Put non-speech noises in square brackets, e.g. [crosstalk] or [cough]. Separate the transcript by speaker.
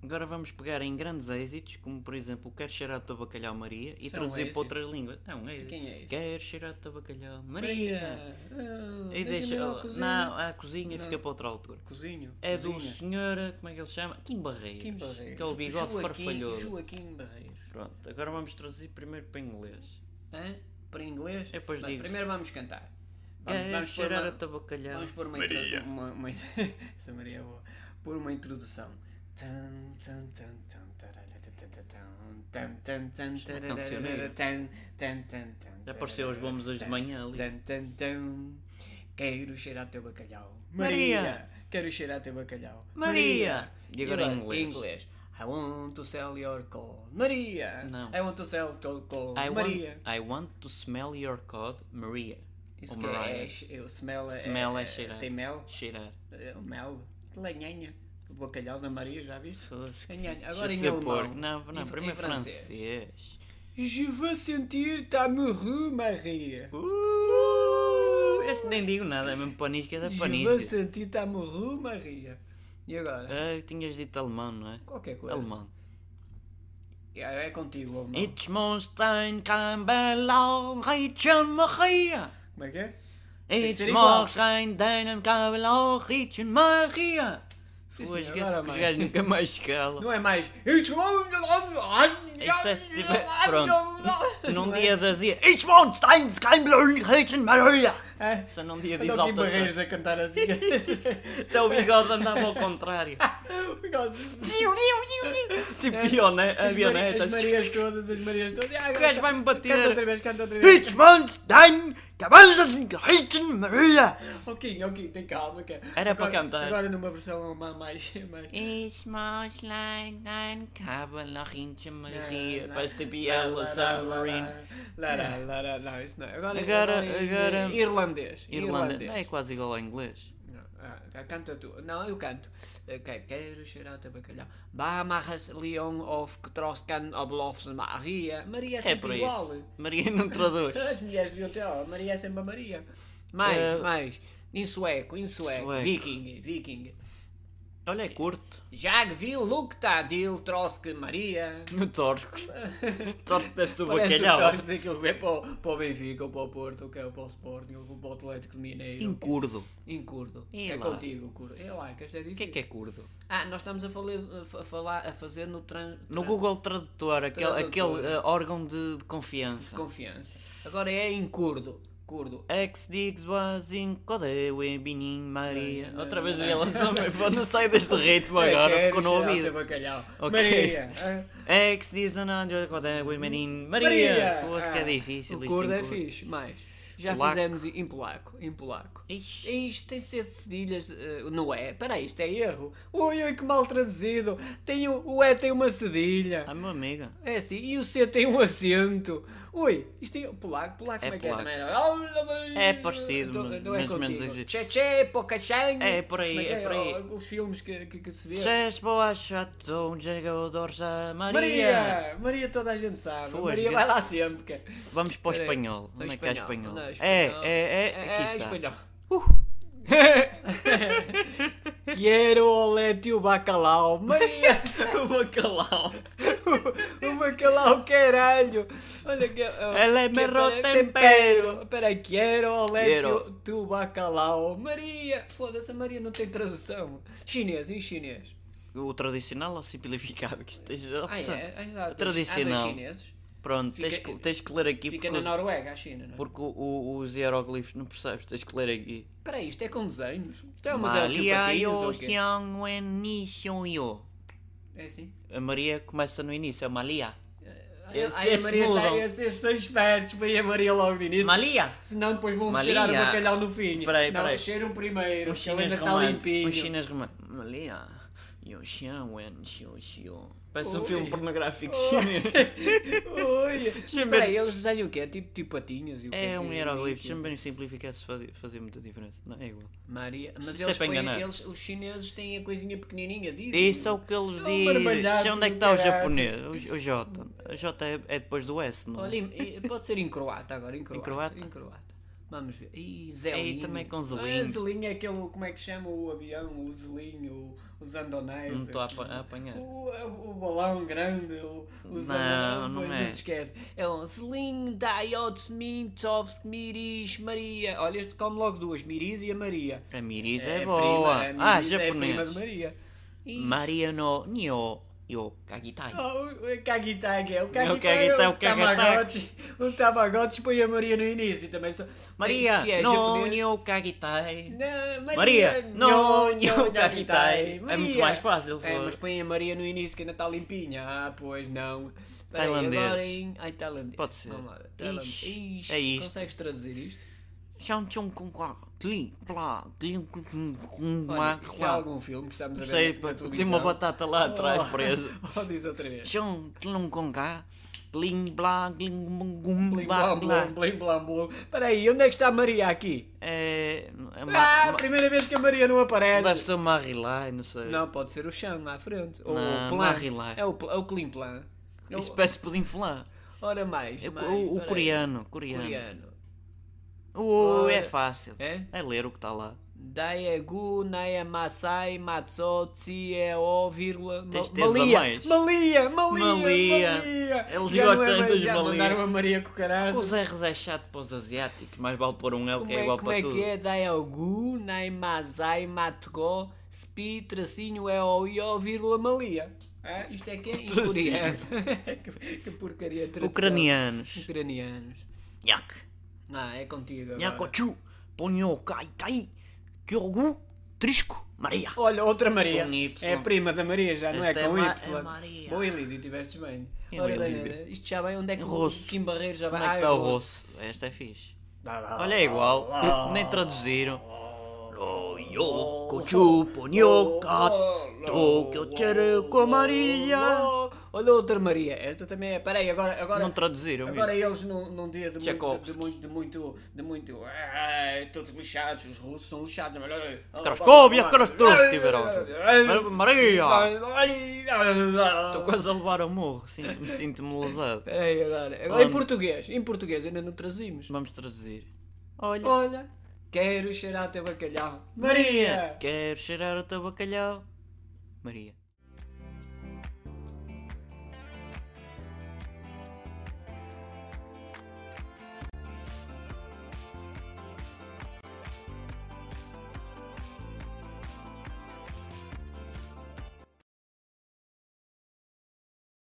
Speaker 1: Agora vamos pegar em grandes êxitos, como por exemplo o Quer Cheirar Teu Bacalhau Maria, e
Speaker 2: Isso é um
Speaker 1: traduzir
Speaker 2: êxito.
Speaker 1: para outras línguas. É um
Speaker 2: De
Speaker 1: êxito.
Speaker 2: quem é isso?
Speaker 1: Quer Cheirar Teu Bacalhau Maria!
Speaker 2: Maria! ah,
Speaker 1: E deixa.
Speaker 2: deixa-me lá
Speaker 1: oh,
Speaker 2: cozinhar.
Speaker 1: Não, a cozinha
Speaker 2: Não.
Speaker 1: fica para outra altura.
Speaker 2: Cozinho.
Speaker 1: É do
Speaker 2: cozinha.
Speaker 1: senhora, como é que ele se chama? Kim Barreiros.
Speaker 2: Joaquim Barreiros.
Speaker 1: Que é o bigode
Speaker 2: Joaquim-
Speaker 1: farfalhoso.
Speaker 2: Joaquim Barreiros.
Speaker 1: Pronto, agora vamos traduzir primeiro para inglês.
Speaker 2: Hã? Para inglês?
Speaker 1: Eu depois
Speaker 2: Bem,
Speaker 1: digo-se.
Speaker 2: Primeiro vamos cantar.
Speaker 1: Quer
Speaker 2: pôr
Speaker 1: Cheirar
Speaker 2: uma-
Speaker 1: a Teu Bacalhau.
Speaker 2: Vamos pôr uma,
Speaker 3: Maria.
Speaker 2: Introdu uma, uma- [laughs] Essa Maria é boa. Pôr uma introdução. Tan, tan, tan, tan, tarara, tan, tan, tan, tan, tan, tan,
Speaker 1: Isto é uma
Speaker 2: tarara,
Speaker 1: cancioneira.
Speaker 2: tan, tan, tan, tan,
Speaker 1: Já apareceu os bombos hoje de manhã ali.
Speaker 2: tan, tan, tan. Quero cheirar teu bacalhau.
Speaker 1: Maria.
Speaker 2: Quero cheirar teu bacalhau.
Speaker 1: Maria. E agora em inglês?
Speaker 2: I want to sell your call. Maria.
Speaker 1: Não.
Speaker 2: I want to sell your call.
Speaker 1: I
Speaker 2: Maria.
Speaker 1: Want, I want to smell your cod, Maria.
Speaker 2: Isso
Speaker 1: Ou
Speaker 2: que é,
Speaker 1: Mariah.
Speaker 2: é, o smell é,
Speaker 1: Smell é cheirar.
Speaker 2: Tem mel?
Speaker 1: Cheirar.
Speaker 2: É, O mel? Que lenhanha. O bacalhau da Maria, já viste?
Speaker 1: Fogo.
Speaker 2: Lenhanha.
Speaker 1: Deixa
Speaker 2: Agora
Speaker 1: de
Speaker 2: em
Speaker 1: ser
Speaker 2: alemão.
Speaker 1: porco. Não, não,
Speaker 2: Em-
Speaker 1: primeiro
Speaker 2: em
Speaker 1: francês.
Speaker 2: Je veux sentir ta morue, Maria.
Speaker 1: Uh, este nem digo nada, é mesmo panisca, é da
Speaker 2: Je veux
Speaker 1: panisca.
Speaker 2: sentir ta morue, Maria. E agora?
Speaker 1: Ah, tinhas dito alemão, não é?
Speaker 2: Qualquer coisa.
Speaker 1: Alemão.
Speaker 2: É, é contigo, alemão.
Speaker 1: It's Monstein Cambelau Ritchen Maria.
Speaker 2: Como é que é? que
Speaker 1: It's
Speaker 2: ser igual.
Speaker 1: Monstein Deinem Cambelau Ritchen Maria.
Speaker 2: Sim,
Speaker 1: Fogo,
Speaker 2: senhora,
Speaker 1: esquece
Speaker 2: agora
Speaker 1: que os
Speaker 2: vai.
Speaker 1: gajos nunca mais calam.
Speaker 2: Não é mais. It's
Speaker 1: Isso é se tiver. Pronto. Num
Speaker 2: Não é
Speaker 1: dia
Speaker 2: assim.
Speaker 1: das ia. Ich wohnt Steins, kein Blöden, Rätchen, Maria!
Speaker 2: É.
Speaker 1: Só num dia diz
Speaker 2: Andam aqui
Speaker 1: alta
Speaker 2: barreiros a
Speaker 1: [laughs]
Speaker 2: cantar assim.
Speaker 1: Até o bigode andava
Speaker 2: [laughs]
Speaker 1: ao contrário.
Speaker 2: Obrigado.
Speaker 1: tipo pione-
Speaker 2: As Mari-
Speaker 1: avionetas.
Speaker 2: As Marias todas, as Marias todas. Ah,
Speaker 1: O gajo vai-me bater.
Speaker 2: Canta outra vez, canta outra vez.
Speaker 1: Ich wohnt Steins, kein Blöden, Rätchen, Maria!
Speaker 2: Ok, ok, tem calma. Que... é.
Speaker 1: Era
Speaker 2: agora,
Speaker 1: para cantar.
Speaker 2: Agora numa versão alemã mais. mais...
Speaker 1: Ich muss leider Kabel nach Rinchen, Maria.
Speaker 2: Lá, lá,
Speaker 1: Parece tipo
Speaker 2: lá,
Speaker 1: Yellow
Speaker 2: lá,
Speaker 1: Submarine.
Speaker 2: lá, lá, lá, lá, lá, Não, isso não. Agora, é
Speaker 1: Agora-
Speaker 2: em-
Speaker 1: agora-
Speaker 2: Irlandês.
Speaker 1: Irlanda.
Speaker 2: irlandês.
Speaker 1: É quase igual ao inglês.
Speaker 2: Não, ah, canta tu. Não, eu canto. Ok, quero cheirar até bacalhau. Bamaras Leon of Troscan Oblofs Maria. Maria é
Speaker 1: É
Speaker 2: sempre
Speaker 1: por
Speaker 2: igual.
Speaker 1: isso. Maria não
Speaker 2: [laughs]
Speaker 1: traduz.
Speaker 2: As mulheres deviam ter, ó, Maria é sempre a Maria. Mais,
Speaker 1: Eh,
Speaker 2: mais. Em sueco, em sueco.
Speaker 1: sueco.
Speaker 2: Viking, viking.
Speaker 1: Olha, é curto.
Speaker 2: Jag vill lukta dill trosk Maria.
Speaker 1: No torso.
Speaker 2: [laughs]
Speaker 1: Torso deve ser o
Speaker 2: Parece
Speaker 1: bacalhau.
Speaker 2: o Torres, aquilo que é para o, para o Benfica, ou para o Porto, ou que é para o Sporting, ou para o Atlético Mineiro.
Speaker 1: Em curdo.
Speaker 2: Em curdo.
Speaker 1: E
Speaker 2: é
Speaker 1: lá?
Speaker 2: contigo, curdo. É lá, que esta é
Speaker 1: O
Speaker 2: difícil.
Speaker 1: que é que é curdo?
Speaker 2: Ah, nós estamos a, falar, a fa- falar- a fazer no tran,
Speaker 1: No
Speaker 2: tran-
Speaker 1: Google Tradutor, aquele,
Speaker 2: Tradutor.
Speaker 1: aquele eh, órgão de, de confiança.
Speaker 2: Confiança. Agora é em curdo. Curdo.
Speaker 1: Ex digs was in Codeu e Binin Maria.
Speaker 2: Não,
Speaker 1: Outra vez
Speaker 2: não.
Speaker 1: ela só não sai deste ritmo agora,
Speaker 2: É,
Speaker 1: ficou no
Speaker 2: quero cheirar o teu
Speaker 1: ouvido.
Speaker 2: bacalhau.
Speaker 1: Ok.
Speaker 2: Maria. ah.
Speaker 1: Ex diz Anandro Codeu e Binin Maria.
Speaker 2: Maria!
Speaker 1: Fosse que é
Speaker 2: Ah,
Speaker 1: difícil
Speaker 2: O
Speaker 1: isto.
Speaker 2: curdo
Speaker 1: em
Speaker 2: é
Speaker 1: curdo.
Speaker 2: fixe, mas já
Speaker 1: Polaco.
Speaker 2: fizemos em polaco, em polaco. É
Speaker 1: Ixi.
Speaker 2: Isto tem sete cedilhas, eh, não é? Peraí, isto é erro. Ui, ui, que mal traduzido. Tem um, o, o E tem uma cedilha.
Speaker 1: Ah, meu amigo.
Speaker 2: É assim, e o C tem um acento. Ui, isto tem polaco, polaco,
Speaker 1: É
Speaker 2: como é
Speaker 1: polaco.
Speaker 2: que é também?
Speaker 1: É parecido,
Speaker 2: Não-
Speaker 1: mas-
Speaker 2: não é
Speaker 1: mas menos
Speaker 2: contigo.
Speaker 1: exigente.
Speaker 2: Tchê tchê, pocachang.
Speaker 1: É por aí,
Speaker 2: Como que
Speaker 1: é por aí.
Speaker 2: Oh, Os filmes que, que, que se vê.
Speaker 1: Seis boas chatzão, um jogador da Maria.
Speaker 2: Maria! Maria toda a gente sabe.
Speaker 1: Fogo,
Speaker 2: Maria
Speaker 1: às
Speaker 2: vai lá
Speaker 1: vezes-
Speaker 2: sempre. é. cara.
Speaker 1: Vamos para o
Speaker 2: Peraí.
Speaker 1: espanhol. Onde é que é espanhol?
Speaker 2: Não,
Speaker 1: É,
Speaker 2: espanhol.
Speaker 1: é, é. Aqui está. Uh!
Speaker 2: espanhol.
Speaker 1: [laughs]
Speaker 2: Quero olete o bacalhau. Maria!
Speaker 1: [laughs] o bacalhau.
Speaker 2: o bacalhau, caralho! Olha que.
Speaker 1: Ela é merro tempero.
Speaker 2: Peraí, quero olete
Speaker 1: Quero.
Speaker 2: o tu bacalhau. Maria! Foda-se, a Maria não tem tradução. Chinês, em chinês.
Speaker 1: O tradicional ou simplificado? Que esteja a
Speaker 2: Ah,
Speaker 1: opção.
Speaker 2: é? Ah, exato.
Speaker 1: Tradicional.
Speaker 2: Ah, mas chineses.
Speaker 1: Pronto,
Speaker 2: Fica-
Speaker 1: tens, que, tens que ler aqui
Speaker 2: Fica
Speaker 1: porque,
Speaker 2: na
Speaker 1: os,
Speaker 2: Noruega, a China, não é?
Speaker 1: porque o- o- os hieróglifos não percebes. Tens que ler aqui.
Speaker 2: Peraí, isto é com desenhos? Isto é um museu de
Speaker 1: Maria yo
Speaker 2: patinhas,
Speaker 1: xiang wen ni xiong yo.
Speaker 2: É assim?
Speaker 1: A Maria começa no início, é Malia.
Speaker 2: Ai,
Speaker 1: Eles
Speaker 2: ai, a
Speaker 1: se
Speaker 2: Maria está,
Speaker 1: mudam.
Speaker 2: esses são espertos para ir a Maria logo de início.
Speaker 1: Malia!
Speaker 2: Senão depois vão
Speaker 1: Maria.
Speaker 2: cheirar o bacalhau no fim.
Speaker 1: Peraí,
Speaker 2: não,
Speaker 1: peraí.
Speaker 2: cheiram primeiro.
Speaker 1: Um
Speaker 2: que ele ainda
Speaker 1: chinês
Speaker 2: está
Speaker 1: romântico.
Speaker 2: limpinho.
Speaker 1: Um
Speaker 2: [laughs]
Speaker 1: chinês romântico. Malia yo xiang wen Oh. xiu xiu. Parece um
Speaker 2: Ui.
Speaker 1: filme pornográfico
Speaker 2: Ui.
Speaker 1: chinês. [laughs]
Speaker 2: Oi.
Speaker 1: eu
Speaker 2: Espera aí, eles desenham o quê? Tipo, tipo patinhas e o
Speaker 1: [laughs]
Speaker 2: quê?
Speaker 1: É um
Speaker 2: Tipo,
Speaker 1: hieróglifo.
Speaker 2: tipo-
Speaker 1: Sempre bem simplificar se fazia, fazia muita diferença. Não é igual.
Speaker 2: Maria. Mas
Speaker 1: Isso
Speaker 2: eles,
Speaker 1: é para
Speaker 2: põem-
Speaker 1: enganar.
Speaker 2: eles- os chineses têm a coisinha pequenininha disso.
Speaker 1: Isso é o que eles
Speaker 2: São
Speaker 1: dizem. Sei
Speaker 2: barbalhados
Speaker 1: onde é que
Speaker 2: do
Speaker 1: está o
Speaker 2: caraças.
Speaker 1: japonês? O, o J. O J é, é depois do S, não é?
Speaker 2: Olha, e- e pode ser em croata agora, em croata.
Speaker 1: croata?
Speaker 2: Em croata. Vamos ver. Ih, Zelinho.
Speaker 1: Ei, também com
Speaker 2: Ah,
Speaker 1: Zelinho.
Speaker 2: Zelinho é aquele, como é que chama o avião? O Zelinho, o, o Zandoneiro.
Speaker 1: Não estou a apa- a apanhar.
Speaker 2: O, é o balão grande, o, o
Speaker 1: Não,
Speaker 2: Zandoneiro,
Speaker 1: não
Speaker 2: depois
Speaker 1: é.
Speaker 2: não te esquece. É um Zelinho, Daiodes, Mintovsk, Miris, Maria. Olha, este come logo duas, Miris e a Maria.
Speaker 1: A Miris é,
Speaker 2: a
Speaker 1: boa.
Speaker 2: prima- a
Speaker 1: ah,
Speaker 2: Miris É a prima de
Speaker 1: japonês.
Speaker 2: Maria. Ih,
Speaker 1: Mariano Nio Yo Kagitai.
Speaker 2: Oh, o Kagitag é
Speaker 1: É
Speaker 2: o
Speaker 1: o
Speaker 2: Kagitag,
Speaker 1: Kagitag,
Speaker 2: é
Speaker 1: o
Speaker 2: o
Speaker 1: Kagitag.
Speaker 2: Tamagotchi, o Tamagotchi põe a Maria no início e também. Só...
Speaker 1: Maria,
Speaker 2: Isto que é
Speaker 1: no
Speaker 2: japonês?
Speaker 1: Nio Kagitai.
Speaker 2: Não,
Speaker 1: Maria, no Nio
Speaker 2: Kagitag.
Speaker 1: Kagitai. É muito mais fácil.
Speaker 2: É,
Speaker 1: foda.
Speaker 2: mas põe a Maria no início que ainda está limpinha. Ah, pois não. Espera aí,
Speaker 1: Tailandês.
Speaker 2: Agora em... Ai, tailandês.
Speaker 1: Pode ser.
Speaker 2: Vamos lá. Tailandês.
Speaker 1: Ixi,
Speaker 2: Ixi,
Speaker 1: é isto.
Speaker 2: Consegues traduzir isto?
Speaker 1: Shanchong Kung Kwa Tli Pla Tli Kung Kung
Speaker 2: Olha,
Speaker 1: Ma
Speaker 2: se há
Speaker 1: Kwa.
Speaker 2: algum filme que estamos a
Speaker 1: Não
Speaker 2: ver
Speaker 1: sei,
Speaker 2: na
Speaker 1: pá, tem
Speaker 2: televisão.
Speaker 1: uma batata lá atrás
Speaker 2: Oh,
Speaker 1: presa.
Speaker 2: [laughs] Oh, diz outra vez.
Speaker 1: Shong Tlung Kung Ka Tling Bla Gling Bung Gum
Speaker 2: Blim,
Speaker 1: Bla
Speaker 2: blam, blum,
Speaker 1: Bla.
Speaker 2: blim, blam, blum. Espera aí, onde é que está a Maria aqui?
Speaker 1: É. é
Speaker 2: Ah,
Speaker 1: ma- ma-
Speaker 2: primeira vez que a Maria não aparece.
Speaker 1: Deve ser uma Marilai, não sei.
Speaker 2: Não, pode ser o chão lá à frente. Ou
Speaker 1: Não,
Speaker 2: o plan.
Speaker 1: não há relay.
Speaker 2: É o, pl- é o clean plan. É o-
Speaker 1: Isso parece pudim flan.
Speaker 2: Ora mais.
Speaker 1: É
Speaker 2: mais,
Speaker 1: o- O
Speaker 2: peraí.
Speaker 1: coreano, coreano.
Speaker 2: Coreano.
Speaker 1: Uh, é
Speaker 2: Ora.
Speaker 1: fácil.
Speaker 2: É?
Speaker 1: É ler o que está lá.
Speaker 2: Daegu, Naya Masai, Matso, Tsieo, vírgula, ma-
Speaker 1: Tens de teres a
Speaker 2: Malia.
Speaker 1: mais.
Speaker 2: Malia, Malia,
Speaker 1: Malia.
Speaker 2: Malia.
Speaker 1: Eles
Speaker 2: já não é
Speaker 1: gostam
Speaker 2: mais-
Speaker 1: dos
Speaker 2: já
Speaker 1: Malia.
Speaker 2: mandaram a Maria com o caralho.
Speaker 1: Os R's é chato para os asiáticos, mais vale pôr um L
Speaker 2: Como
Speaker 1: que é igual
Speaker 2: é, como
Speaker 1: para
Speaker 2: é
Speaker 1: tudo.
Speaker 2: que é? Daegu, Nai Masai, Matgo, Spi, tracinho, é o Io, vírgula, Malia. Ah, isto é que é em
Speaker 1: Tracinho.
Speaker 2: coreano. [laughs] que, que porcaria de tradução.
Speaker 1: Ucranianos.
Speaker 2: Ucranianos.
Speaker 1: Yak.
Speaker 2: Ah, é contigo agora.
Speaker 1: Yakochu. Ponyo Kaitai. tá Kyogu. Trisco. Maria.
Speaker 2: Olha, outra Maria.
Speaker 1: Com Y.
Speaker 2: É a prima da Maria, já não é
Speaker 1: Esta é
Speaker 2: com
Speaker 1: Ma-
Speaker 2: Y.
Speaker 1: é Maria.
Speaker 2: Boa, Elidio, tiveste bem.
Speaker 1: É,
Speaker 2: Olha,
Speaker 1: Elidio.
Speaker 2: olha, isto já vai. Onde é que
Speaker 1: Rosso.
Speaker 2: o Kim Barreiro já vai?
Speaker 1: Como é que
Speaker 2: Ah,
Speaker 1: está o rosso? Esta é fixe.
Speaker 2: Dá, dá,
Speaker 1: Olha, é igual.
Speaker 2: dá, dá.
Speaker 1: Nem traduziram.
Speaker 2: Oh, oh, oh, oh, oh, oh. Olha outra Maria, esta também é. Peraí, agora. agora
Speaker 1: Não traduziram
Speaker 2: Agora é
Speaker 1: isso.
Speaker 2: eles num, num dia de muito,
Speaker 1: Tchaikovsky.
Speaker 2: de muito, de muito, de muito, "Ai, todos lixados, os russos são lixados.
Speaker 1: Crascóvia, Crastroste, Tiberópolis. Maria! Estou
Speaker 2: Estou
Speaker 1: quase a levar ao morro. Sinto-me sinto lesado.
Speaker 2: Peraí, agora, agora
Speaker 1: Onde?
Speaker 2: em português, em português ainda não trazimos.
Speaker 1: Vamos traduzir. Olha.
Speaker 2: Olha, quero cheirar teu bacalhau. Maria!
Speaker 1: Quero cheirar o teu bacalhau. Maria.